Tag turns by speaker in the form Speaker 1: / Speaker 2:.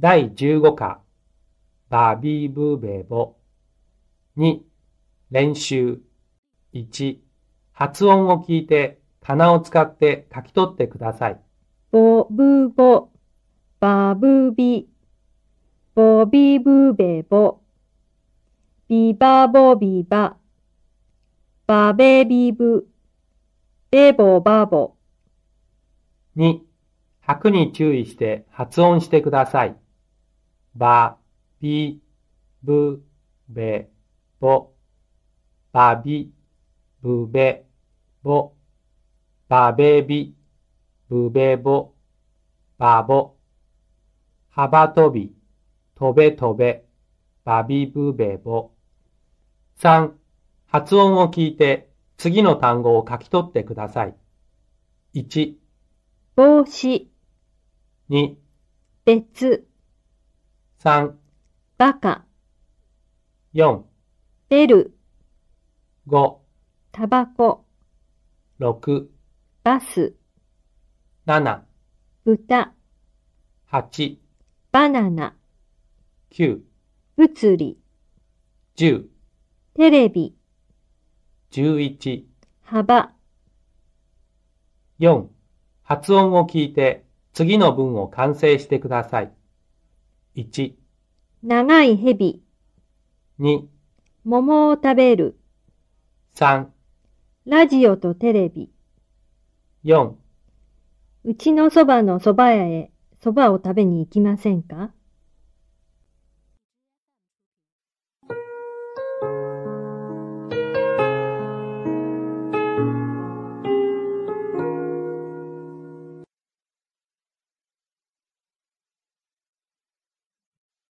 Speaker 1: 第15課、バビブベボ。2、練習。1、発音を聞いて、棚を使って書き取ってください。
Speaker 2: ボブボ、バブビ、ボビブベボ、ビバボビバ、バベビブ、ベボバボ、
Speaker 1: 2、拍に注意して発音してください。ば、び、ぶ、べ、ぼ。ばび、ぶべ、ぼ。ばべび、ぶべぼ。ばぼ。幅跳び、とべとべ、ばびぶべぼ。3、発音を聞いて次の単語を書き取ってください。1、
Speaker 2: 帽子、
Speaker 1: 2、
Speaker 2: 別、
Speaker 1: 3、
Speaker 2: バカ、
Speaker 1: 4、
Speaker 2: ベル、
Speaker 1: 5、
Speaker 2: タバコ、
Speaker 1: 6、
Speaker 2: バス、
Speaker 1: 7、
Speaker 2: 豚、
Speaker 1: 8、
Speaker 2: バナナ、
Speaker 1: 9、
Speaker 2: 物理、
Speaker 1: 10、
Speaker 2: テレビ、
Speaker 1: 11、
Speaker 2: 幅、
Speaker 1: 4発音を聞いて次の文を完成してください。1、
Speaker 2: 長い蛇、
Speaker 1: 2、
Speaker 2: 桃を食べる、
Speaker 1: 3、
Speaker 2: ラジオとテレビ、
Speaker 1: 4
Speaker 2: うちのそばのそば屋へそばを食べに行きませんか